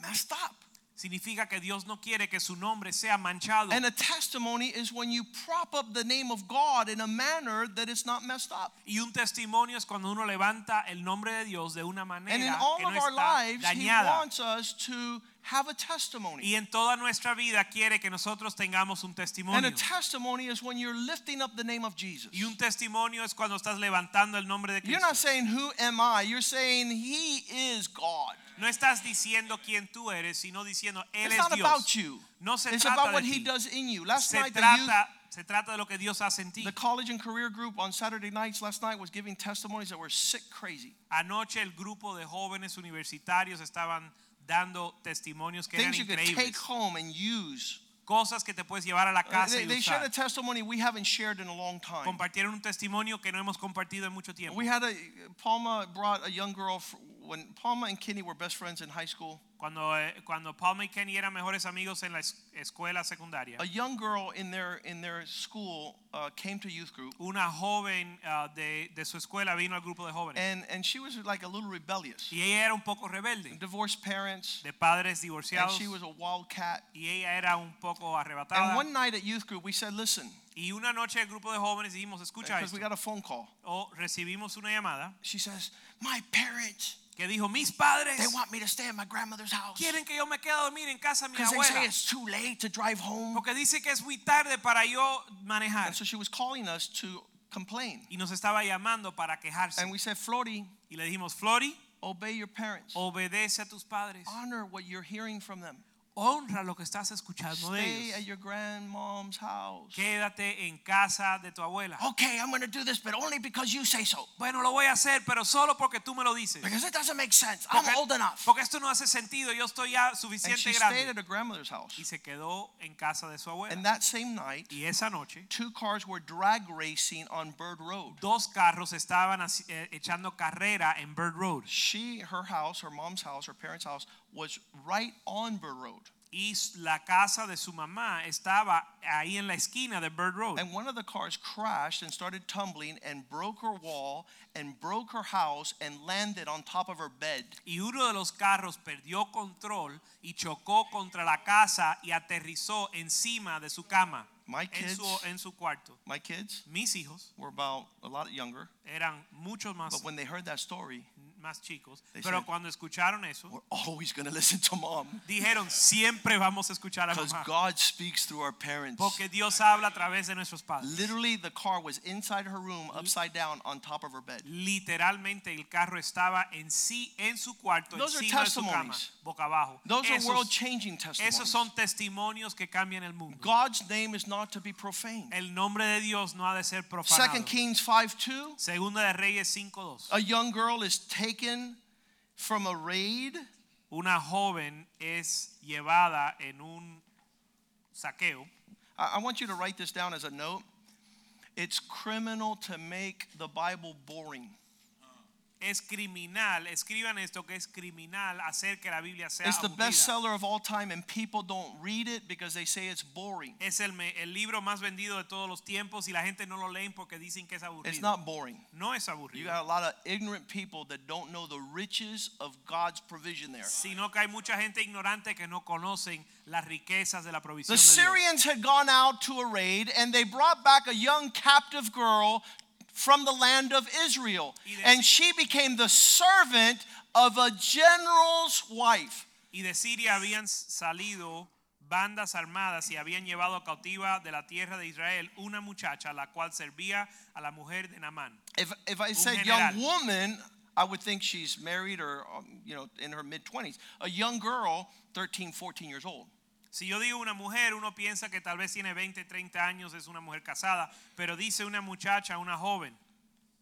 [SPEAKER 1] messed up.
[SPEAKER 2] Significa que Dios no quiere que su nombre sea manchado.
[SPEAKER 1] And a testimony is when you prop up the name of God in a manner that it's not messed up.
[SPEAKER 2] Y un testimonio es cuando uno levanta el nombre de Dios de una
[SPEAKER 1] And in
[SPEAKER 2] manera
[SPEAKER 1] all
[SPEAKER 2] que
[SPEAKER 1] of
[SPEAKER 2] no
[SPEAKER 1] our
[SPEAKER 2] está
[SPEAKER 1] lives, He
[SPEAKER 2] dañada.
[SPEAKER 1] wants us to have a testimony.
[SPEAKER 2] Y en toda nuestra vida quiere que nosotros tengamos un
[SPEAKER 1] And a
[SPEAKER 2] testimonio.
[SPEAKER 1] testimony is when you're lifting up the name of Jesus.
[SPEAKER 2] Y un testimonio es cuando estás levantando el nombre de
[SPEAKER 1] You're not
[SPEAKER 2] Cristo.
[SPEAKER 1] saying, Who am I? You're saying, He is God.
[SPEAKER 2] No estás diciendo quién tú eres, sino diciendo Él
[SPEAKER 1] It's
[SPEAKER 2] es
[SPEAKER 1] not about
[SPEAKER 2] Dios.
[SPEAKER 1] you,
[SPEAKER 2] No se
[SPEAKER 1] it's
[SPEAKER 2] trata
[SPEAKER 1] about
[SPEAKER 2] de
[SPEAKER 1] what He
[SPEAKER 2] ti.
[SPEAKER 1] does in you. Last
[SPEAKER 2] Se
[SPEAKER 1] night, the youth.
[SPEAKER 2] trata, se trata de lo que Dios hace en ti.
[SPEAKER 1] The college and career group on Saturday nights last night was giving testimonies that were sick crazy.
[SPEAKER 2] Anoche el grupo de jóvenes universitarios estaban dando testimonios que eran
[SPEAKER 1] Things you could take
[SPEAKER 2] increíbles.
[SPEAKER 1] home and use.
[SPEAKER 2] Cosas que te puedes llevar a la
[SPEAKER 1] Uh,
[SPEAKER 2] casa
[SPEAKER 1] They,
[SPEAKER 2] y
[SPEAKER 1] they shared a
[SPEAKER 2] usar.
[SPEAKER 1] testimony we haven't shared in a long time.
[SPEAKER 2] Compartieron un testimonio que no hemos compartido en mucho tiempo.
[SPEAKER 1] We had a Palma brought a young girl fr- when Palma and Kenny were best friends in high school.
[SPEAKER 2] Cuando, eh, cuando Palma y Kenny eran mejores amigos en la es- escuela secundaria,
[SPEAKER 1] A young girl in their in their school uh, came to youth group,
[SPEAKER 2] una joven ah, de, de su escuela vino al grupo de jóvenes.
[SPEAKER 1] and and she was like a little rebellious.
[SPEAKER 2] Y ella era un poco rebelde,
[SPEAKER 1] Divorced parents,
[SPEAKER 2] de padres
[SPEAKER 1] and
[SPEAKER 2] divorciados.
[SPEAKER 1] she was a wildcat.
[SPEAKER 2] Y ella era un poco
[SPEAKER 1] And
[SPEAKER 2] arrebatada.
[SPEAKER 1] one night at youth group, we said, "Listen,"
[SPEAKER 2] Y una noche el grupo de jóvenes dijimos, escucha
[SPEAKER 1] because
[SPEAKER 2] esto.
[SPEAKER 1] we got a phone call.
[SPEAKER 2] O recibimos una llamada
[SPEAKER 1] She says, "My parents,
[SPEAKER 2] que dijo, mis
[SPEAKER 1] they
[SPEAKER 2] padres
[SPEAKER 1] want me to stay at my grandmother's house
[SPEAKER 2] quieren que yo me quede a dormir en casa de mi
[SPEAKER 1] because they say
[SPEAKER 2] abuela.
[SPEAKER 1] it's too late to drive home."
[SPEAKER 2] Porque dice que es muy tarde para yo manejar.
[SPEAKER 1] And so she was calling us to complain.
[SPEAKER 2] y nos estaba llamando para quejarse.
[SPEAKER 1] And we said, Flori,
[SPEAKER 2] Y le dijimos, Flori,
[SPEAKER 1] obey your parents.
[SPEAKER 2] obedece a tus padres.
[SPEAKER 1] Honor what you're hearing from them.
[SPEAKER 2] Honra lo que estás escuchando
[SPEAKER 1] Stay
[SPEAKER 2] de
[SPEAKER 1] at
[SPEAKER 2] ellos.
[SPEAKER 1] your grandmom's house.
[SPEAKER 2] Quédate en casa de tu abuela.
[SPEAKER 1] Okay, I'm going to do this, but only because you say so.
[SPEAKER 2] Bueno, lo voy a hacer, pero solo porque tú me lo dices.
[SPEAKER 1] Because it doesn't make sense. I'm
[SPEAKER 2] Porque,
[SPEAKER 1] old enough.
[SPEAKER 2] porque esto no hace sentido. Yo estoy ya
[SPEAKER 1] And
[SPEAKER 2] suficiente
[SPEAKER 1] she stayed
[SPEAKER 2] grande.
[SPEAKER 1] at her grandmother's house.
[SPEAKER 2] Y se quedó en casa de su abuela.
[SPEAKER 1] And that same night,
[SPEAKER 2] Y esa noche,
[SPEAKER 1] two cars were drag racing on Bird Road.
[SPEAKER 2] dos carros estaban así- eh, echando carrera en Bird Road.
[SPEAKER 1] She, her house, her mom's house, her parents' house was right on Bird Road.
[SPEAKER 2] Y s- la casa de su mamá estaba ahí en la esquina de Bird Road.
[SPEAKER 1] And one of the cars crashed and started tumbling and broke her wall and broke her house and landed on top of her bed.
[SPEAKER 2] Y uno de los carros perdió control y chocó contra la casa y aterrizó encima de su cama,
[SPEAKER 1] My
[SPEAKER 2] en
[SPEAKER 1] kids,
[SPEAKER 2] su, en su cuarto.
[SPEAKER 1] my kids
[SPEAKER 2] Mis hijos
[SPEAKER 1] were about a lot younger,
[SPEAKER 2] eran muchos más,
[SPEAKER 1] but when they heard that story,
[SPEAKER 2] más chicos,
[SPEAKER 1] They
[SPEAKER 2] pero
[SPEAKER 1] said-
[SPEAKER 2] cuando escucharon eso,
[SPEAKER 1] we're always going to listen to mom
[SPEAKER 2] dijeron, siempre vamos a escuchar a
[SPEAKER 1] because
[SPEAKER 2] mamá,
[SPEAKER 1] God speaks through our parents.
[SPEAKER 2] porque Dios habla a través de nuestros padres.
[SPEAKER 1] Literally, the car was inside her room,
[SPEAKER 2] Mm-hmm.
[SPEAKER 1] upside down, on top of her bed.
[SPEAKER 2] Literalmente el carro estaba en sí en su cuarto,
[SPEAKER 1] Those are
[SPEAKER 2] encima de su cama,
[SPEAKER 1] testimonies.
[SPEAKER 2] boca abajo.
[SPEAKER 1] Those are world
[SPEAKER 2] Esos,
[SPEAKER 1] changing
[SPEAKER 2] esos
[SPEAKER 1] testimonies.
[SPEAKER 2] son testimonios que cambian el mundo.
[SPEAKER 1] God's name is not to be profaned.
[SPEAKER 2] el nombre de Dios no ha de ser profanado.
[SPEAKER 1] 2 Kings 5 2,
[SPEAKER 2] Segunda de Reyes 5:2.
[SPEAKER 1] a young girl is taken from a raid
[SPEAKER 2] Una joven es llevada en un saqueo.
[SPEAKER 1] I I want you to write this down as a note. It's criminal to make the Bible boring.
[SPEAKER 2] Es criminal, escriban esto que es criminal hacer que la Biblia sea
[SPEAKER 1] It's the
[SPEAKER 2] aburrida.
[SPEAKER 1] bestseller of all time, and people don't read it because they say it's boring.
[SPEAKER 2] Es el, me- el libro más vendido de todos los tiempos y la gente no lo leen porque dicen que es
[SPEAKER 1] It's
[SPEAKER 2] aburrido.
[SPEAKER 1] not boring.
[SPEAKER 2] No es
[SPEAKER 1] You
[SPEAKER 2] aburrido.
[SPEAKER 1] got a lot of ignorant people that don't know the riches of God's provision there.
[SPEAKER 2] sino que hay mucha gente ignorante que no conocen las riquezas de la provisión
[SPEAKER 1] The
[SPEAKER 2] de Dios.
[SPEAKER 1] Syrians had gone out to a raid, and they brought back a young captive girl from the land of Israel.
[SPEAKER 2] Y de-
[SPEAKER 1] And she became the servant of a general's wife.
[SPEAKER 2] Y de Siria habían salido bandas armadas y habían llevado cautiva de la tierra de Israel una muchacha la cual servía a la mujer de Naamán.
[SPEAKER 1] If, if I said
[SPEAKER 2] general.
[SPEAKER 1] young woman, I would think she's married or, um, you know, in her mid 20s. A young girl, 13, 14 years old.
[SPEAKER 2] Si yo digo una mujer, uno piensa que tal vez tiene 20, 30 años, es una mujer casada, pero dice una muchacha, una joven.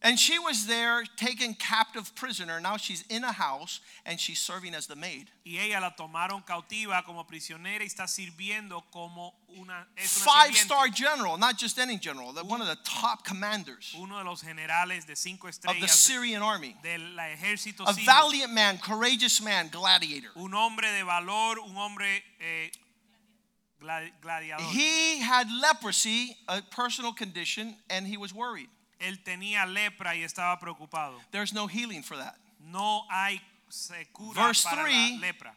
[SPEAKER 1] And she was there taken captive prisoner. Now she's in a house and she's serving as the maid.
[SPEAKER 2] Y ella la tomaron cautiva como prisionera y está sirviendo como una, es una
[SPEAKER 1] Five
[SPEAKER 2] sirviente.
[SPEAKER 1] star general, not just any general, the- one of the top commanders
[SPEAKER 2] uno de los generales de cinco
[SPEAKER 1] of the
[SPEAKER 2] estrellas
[SPEAKER 1] Syrian army.
[SPEAKER 2] del ejército
[SPEAKER 1] A
[SPEAKER 2] sirio.
[SPEAKER 1] valiant man, courageous man, gladiator.
[SPEAKER 2] un hombre de valor, un hombre eh, gla- gladiador.
[SPEAKER 1] He had leprosy, a personal condition, and he was worried.
[SPEAKER 2] Él tenía lepra y estaba preocupado.
[SPEAKER 1] There's no healing for that.
[SPEAKER 2] No hay se- cura
[SPEAKER 1] Verse
[SPEAKER 2] para
[SPEAKER 1] three,
[SPEAKER 2] la lepra.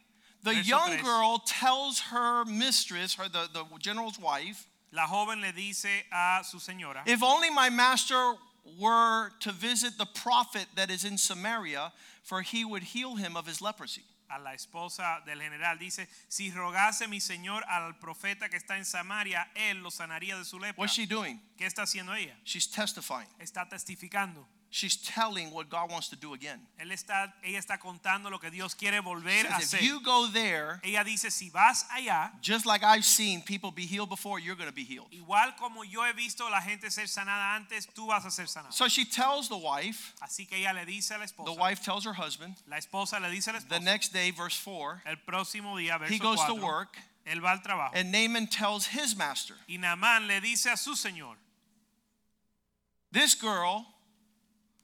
[SPEAKER 1] The
[SPEAKER 2] Verso
[SPEAKER 1] young
[SPEAKER 2] tres.
[SPEAKER 1] girl tells her mistress, her the, the general's wife,
[SPEAKER 2] la joven le dice a su señora,
[SPEAKER 1] if only my master were to visit the prophet that is in Samaria, for he would heal him of his leprosy.
[SPEAKER 2] a la esposa del general, dice, si rogase mi señor al profeta que está en Samaria, él lo sanaría de su lepra.
[SPEAKER 1] What's she doing?
[SPEAKER 2] ¿Qué está haciendo ella?
[SPEAKER 1] She's testifying.
[SPEAKER 2] Está testificando.
[SPEAKER 1] She's telling what God wants to do again.
[SPEAKER 2] Él está, ella está contando lo que Dios quiere volver a
[SPEAKER 1] Says,
[SPEAKER 2] hacer.
[SPEAKER 1] if you go there,
[SPEAKER 2] ella dice, si vas allá,
[SPEAKER 1] just like I've seen people be healed before, you're going to be healed.
[SPEAKER 2] Igual como yo he visto la gente ser sanada antes, tú vas a ser sanado.
[SPEAKER 1] So she tells the wife,
[SPEAKER 2] Así que ella le dice a la
[SPEAKER 1] the
[SPEAKER 2] esposa,
[SPEAKER 1] wife tells her husband,
[SPEAKER 2] la esposa le dice al
[SPEAKER 1] the
[SPEAKER 2] esposo,
[SPEAKER 1] next day, verse 4,
[SPEAKER 2] el próximo día, verso
[SPEAKER 1] he goes to
[SPEAKER 2] 4,
[SPEAKER 1] work,
[SPEAKER 2] él va al trabajo.
[SPEAKER 1] and Naaman tells his master,
[SPEAKER 2] y Naamán le dice a su señor,
[SPEAKER 1] This girl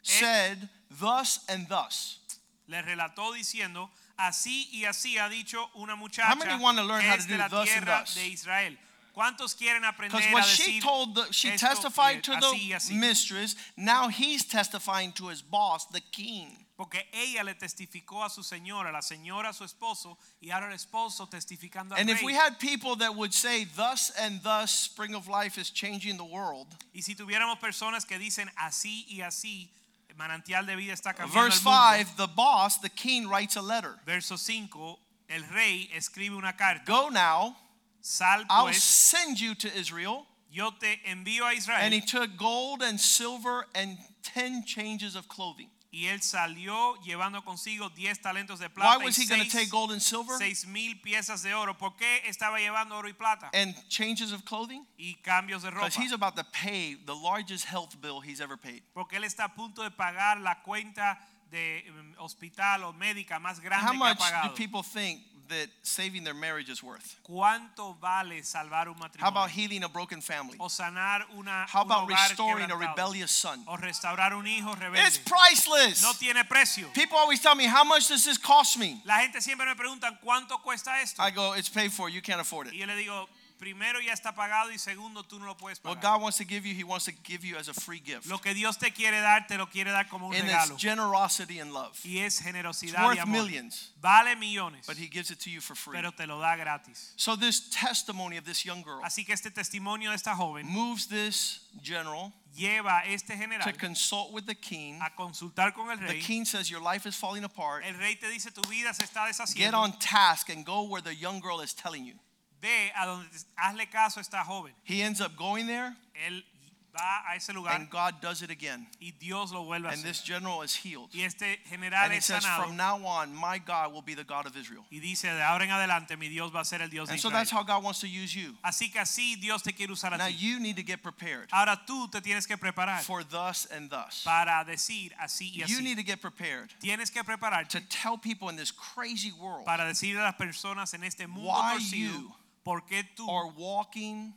[SPEAKER 1] said thus and thus.
[SPEAKER 2] le relató diciendo, así y así ha dicho una
[SPEAKER 1] How
[SPEAKER 2] muchacha
[SPEAKER 1] many wanna learn
[SPEAKER 2] que
[SPEAKER 1] how
[SPEAKER 2] es
[SPEAKER 1] to
[SPEAKER 2] de
[SPEAKER 1] do
[SPEAKER 2] la
[SPEAKER 1] thus and
[SPEAKER 2] tierra
[SPEAKER 1] thus?
[SPEAKER 2] de Israel. ¿Cuántos quieren aprender
[SPEAKER 1] Because
[SPEAKER 2] a
[SPEAKER 1] what she
[SPEAKER 2] decir
[SPEAKER 1] told, the, she
[SPEAKER 2] esto y
[SPEAKER 1] testified
[SPEAKER 2] el-
[SPEAKER 1] to
[SPEAKER 2] así y así?
[SPEAKER 1] the mistress. Now he's testifying to his boss, the king.
[SPEAKER 2] Porque ella le testificó a su señora, la señora a su esposo, y ahora el esposo testificando al
[SPEAKER 1] And if
[SPEAKER 2] rey.
[SPEAKER 1] we had people that would say, thus and thus, spring of life is changing the world.
[SPEAKER 2] Y si tuviéramos personas que dicen así y así, el manantial de vida está cambiando
[SPEAKER 1] Verse
[SPEAKER 2] el mundo.
[SPEAKER 1] 5, the boss, the king, writes a letter.
[SPEAKER 2] Verso 5, el rey escribe una carta.
[SPEAKER 1] Go now,
[SPEAKER 2] Sal
[SPEAKER 1] I'll
[SPEAKER 2] pues,
[SPEAKER 1] send you to Israel,
[SPEAKER 2] Yo te envío a
[SPEAKER 1] And he
[SPEAKER 2] Israel.
[SPEAKER 1] took gold and silver and 10 changes of clothing.
[SPEAKER 2] Y él salió llevando consigo 10 talentos de
[SPEAKER 1] Why
[SPEAKER 2] plata y
[SPEAKER 1] was he going to
[SPEAKER 2] seis,
[SPEAKER 1] take gold and silver
[SPEAKER 2] seis mil piezas de oro. ¿Por qué estaba llevando oro y plata?
[SPEAKER 1] and changes of clothing?
[SPEAKER 2] Y cambios de ropa.
[SPEAKER 1] Because Eh, he's about to pay the largest health bill he's ever paid.
[SPEAKER 2] Porque él está a punto de pagar la cuenta de mm, hospital o médica más
[SPEAKER 1] How
[SPEAKER 2] grande que ha
[SPEAKER 1] much do
[SPEAKER 2] pagado.
[SPEAKER 1] people think that saving their marriage is worth?
[SPEAKER 2] ¿Cuánto vale salvar un
[SPEAKER 1] How about
[SPEAKER 2] matrimonio?
[SPEAKER 1] healing a broken family?
[SPEAKER 2] O sanar una
[SPEAKER 1] How
[SPEAKER 2] un
[SPEAKER 1] about
[SPEAKER 2] hogar
[SPEAKER 1] restoring a
[SPEAKER 2] quebrantado?
[SPEAKER 1] rebellious son?
[SPEAKER 2] O restaurar un hijo rebelde.
[SPEAKER 1] It's priceless.
[SPEAKER 2] no tiene precio.
[SPEAKER 1] People always tell me, How much does this cost me?
[SPEAKER 2] La gente siempre me preguntan cuánto cuesta esto.
[SPEAKER 1] I go, It's paid for. You can't afford it.
[SPEAKER 2] y yo le digo, primero ya está pagado y segundo tú no lo puedes pagar.
[SPEAKER 1] What God wants to give you, He wants to give you as a free gift.
[SPEAKER 2] lo que Dios te quiere dar te lo quiere dar como un
[SPEAKER 1] And it's
[SPEAKER 2] regalo
[SPEAKER 1] generosity and love.
[SPEAKER 2] y es
[SPEAKER 1] It's
[SPEAKER 2] generosidad y
[SPEAKER 1] worth
[SPEAKER 2] amor.
[SPEAKER 1] millions,
[SPEAKER 2] Vale millones,
[SPEAKER 1] but He gives it to you for free.
[SPEAKER 2] pero te lo da gratis.
[SPEAKER 1] So, this testimony of this young girl
[SPEAKER 2] Así que este testimonio de esta joven
[SPEAKER 1] moves this general
[SPEAKER 2] lleva a este
[SPEAKER 1] to
[SPEAKER 2] general
[SPEAKER 1] consult with the king.
[SPEAKER 2] a consultar con el
[SPEAKER 1] The
[SPEAKER 2] rey.
[SPEAKER 1] king says, Your life is falling apart.
[SPEAKER 2] El rey te dice tu vida se está
[SPEAKER 1] Get
[SPEAKER 2] deshaciendo.
[SPEAKER 1] on task and go where the young girl is telling you.
[SPEAKER 2] Ve a donde te- hazle caso a esta joven.
[SPEAKER 1] He ends up going there,
[SPEAKER 2] Él va a ese lugar
[SPEAKER 1] and God does it again.
[SPEAKER 2] y Dios lo vuelve a
[SPEAKER 1] And
[SPEAKER 2] hacer.
[SPEAKER 1] this general is healed.
[SPEAKER 2] Y este general
[SPEAKER 1] And it
[SPEAKER 2] es
[SPEAKER 1] says,
[SPEAKER 2] sanado
[SPEAKER 1] From now on, my God will be the God of Israel.
[SPEAKER 2] y dice de ahora en adelante mi Dios va a ser el Dios de
[SPEAKER 1] And so
[SPEAKER 2] Israel.
[SPEAKER 1] that's how God wants to use you.
[SPEAKER 2] Así que así Dios te quiere usar a
[SPEAKER 1] Now,
[SPEAKER 2] ti.
[SPEAKER 1] you need to get prepared
[SPEAKER 2] Ahora tú te tienes que preparar
[SPEAKER 1] for thus and thus.
[SPEAKER 2] para decir así y
[SPEAKER 1] You need
[SPEAKER 2] así.
[SPEAKER 1] to get prepared
[SPEAKER 2] Tienes que
[SPEAKER 1] to
[SPEAKER 2] prepararte
[SPEAKER 1] tell people in this crazy world
[SPEAKER 2] para decir a las personas en este mundo
[SPEAKER 1] Why
[SPEAKER 2] torcido
[SPEAKER 1] you
[SPEAKER 2] por qué tú
[SPEAKER 1] are walking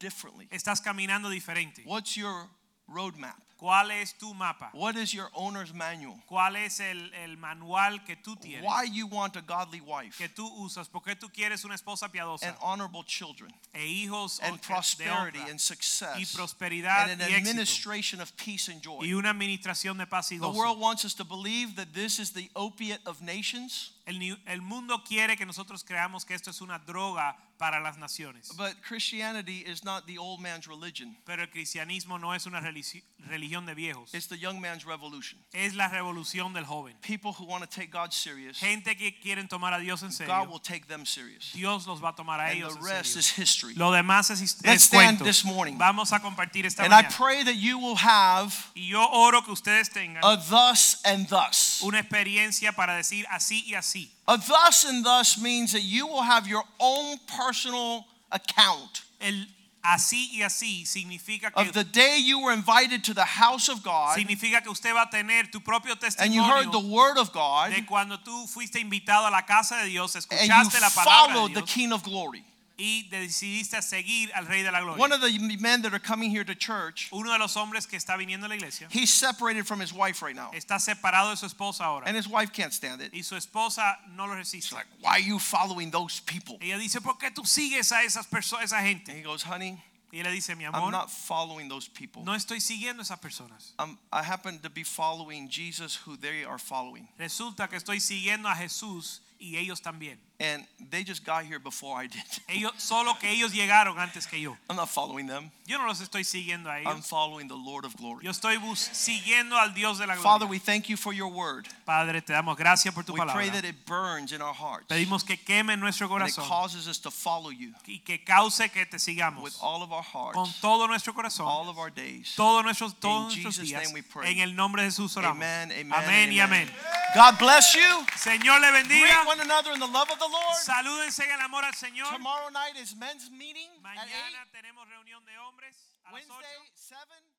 [SPEAKER 1] differently.
[SPEAKER 2] estás caminando diferente.
[SPEAKER 1] What's your roadmap?
[SPEAKER 2] ¿Cuál es tu mapa?
[SPEAKER 1] What is your owner's manual?
[SPEAKER 2] ¿Cuál es el, el manual que tú tienes?
[SPEAKER 1] Why you want a godly wife
[SPEAKER 2] que tú usas? ¿Por qué tú quieres una esposa
[SPEAKER 1] and
[SPEAKER 2] piadosa
[SPEAKER 1] honorable children
[SPEAKER 2] e hijos
[SPEAKER 1] and
[SPEAKER 2] de
[SPEAKER 1] prosperity
[SPEAKER 2] honra,
[SPEAKER 1] and success
[SPEAKER 2] y prosperidad
[SPEAKER 1] and an
[SPEAKER 2] y éxito
[SPEAKER 1] administration of peace and joy?
[SPEAKER 2] y una administración de paz y
[SPEAKER 1] The
[SPEAKER 2] gozo?
[SPEAKER 1] world wants us to believe that this is the opiate of nations,
[SPEAKER 2] El, ni- el mundo quiere que nosotros creamos que esto es una droga para las naciones.
[SPEAKER 1] but Christianity is not the old man's religion.
[SPEAKER 2] Pero el cristianismo no es una religi- religión de viejos.
[SPEAKER 1] It's the young man's revolution.
[SPEAKER 2] Es la revolución del joven.
[SPEAKER 1] People who want to take God serious,
[SPEAKER 2] Gente que quieren tomar a Dios en
[SPEAKER 1] God
[SPEAKER 2] serio.
[SPEAKER 1] will take them serious.
[SPEAKER 2] Dios los va a tomar a
[SPEAKER 1] And
[SPEAKER 2] ellos
[SPEAKER 1] the
[SPEAKER 2] en
[SPEAKER 1] rest
[SPEAKER 2] serio.
[SPEAKER 1] is history.
[SPEAKER 2] Lo demás es, his-
[SPEAKER 1] Let's
[SPEAKER 2] es
[SPEAKER 1] stand
[SPEAKER 2] cuento.
[SPEAKER 1] this morning.
[SPEAKER 2] Vamos a compartir esta
[SPEAKER 1] And I
[SPEAKER 2] mañana.
[SPEAKER 1] pray that you will have
[SPEAKER 2] Y yo oro que ustedes tengan
[SPEAKER 1] a thus and thus.
[SPEAKER 2] una experiencia para decir así y así.
[SPEAKER 1] A thus and thus means that you will have your own personal account
[SPEAKER 2] El así y así significa
[SPEAKER 1] of the
[SPEAKER 2] que
[SPEAKER 1] day you were invited to the house of God
[SPEAKER 2] significa que usted va a tener tu propio
[SPEAKER 1] and you heard the
[SPEAKER 2] testimonio
[SPEAKER 1] word of God
[SPEAKER 2] de cuando tú fuiste invitado a la casa de Dios,
[SPEAKER 1] and you
[SPEAKER 2] escuchaste la palabra de
[SPEAKER 1] followed the
[SPEAKER 2] Dios
[SPEAKER 1] King of Glory.
[SPEAKER 2] y decidiste seguir al Rey de la
[SPEAKER 1] One
[SPEAKER 2] Gloria.
[SPEAKER 1] of the men that are coming here to church,
[SPEAKER 2] Uno de los hombres que está viniendo a la iglesia
[SPEAKER 1] he's separated from his wife right now.
[SPEAKER 2] está separado de su esposa ahora
[SPEAKER 1] And his wife can't stand it.
[SPEAKER 2] y su esposa no lo
[SPEAKER 1] She's
[SPEAKER 2] resiste.
[SPEAKER 1] like, Why are you following those people?
[SPEAKER 2] Ella dice, ¿por qué tú sigues a esas personas, esa
[SPEAKER 1] And
[SPEAKER 2] gente?
[SPEAKER 1] he goes, Honey,
[SPEAKER 2] Y ella dice, mi
[SPEAKER 1] I'm
[SPEAKER 2] amor,
[SPEAKER 1] not following those people.
[SPEAKER 2] no estoy siguiendo a esas personas.
[SPEAKER 1] I'm, I happen to be following Jesus, who they are following.
[SPEAKER 2] Resulta que estoy siguiendo a Jesús y ellos también.
[SPEAKER 1] And they just got here before I did.
[SPEAKER 2] Ellos, solo que ellos llegaron antes que yo.
[SPEAKER 1] I'm not following them.
[SPEAKER 2] Yo no los estoy siguiendo a
[SPEAKER 1] I'm
[SPEAKER 2] ellos.
[SPEAKER 1] following the Lord of glory.
[SPEAKER 2] Yo estoy bus- siguiendo al Dios de la gloria.
[SPEAKER 1] Father, we thank you for your word.
[SPEAKER 2] Padre, te damos gracias por tu
[SPEAKER 1] We pray
[SPEAKER 2] palabra.
[SPEAKER 1] that it burns in our hearts and
[SPEAKER 2] Pedimos que queme nuestro
[SPEAKER 1] it
[SPEAKER 2] corazón
[SPEAKER 1] causes us to follow you
[SPEAKER 2] y que cause que te
[SPEAKER 1] with
[SPEAKER 2] sigamos
[SPEAKER 1] all of our
[SPEAKER 2] con
[SPEAKER 1] hearts,
[SPEAKER 2] todo nuestro corazón,
[SPEAKER 1] all of our days.
[SPEAKER 2] todos nuestros, todos
[SPEAKER 1] In
[SPEAKER 2] nuestros
[SPEAKER 1] Jesus'
[SPEAKER 2] días.
[SPEAKER 1] name we pray.
[SPEAKER 2] En el nombre de Jesús oramos.
[SPEAKER 1] Amen, amen,
[SPEAKER 2] amén y
[SPEAKER 1] amen.
[SPEAKER 2] amén.
[SPEAKER 1] God bless you.
[SPEAKER 2] Señor le bendiga.
[SPEAKER 1] Greet one another in the love of the Lord.
[SPEAKER 2] Salúdense en el amor al Señor.
[SPEAKER 1] Tomorrow night is men's meeting at
[SPEAKER 2] Mañana tenemos reunión de hombres
[SPEAKER 1] 8.
[SPEAKER 2] a las
[SPEAKER 1] Wednesday,
[SPEAKER 2] ocho.
[SPEAKER 1] 7.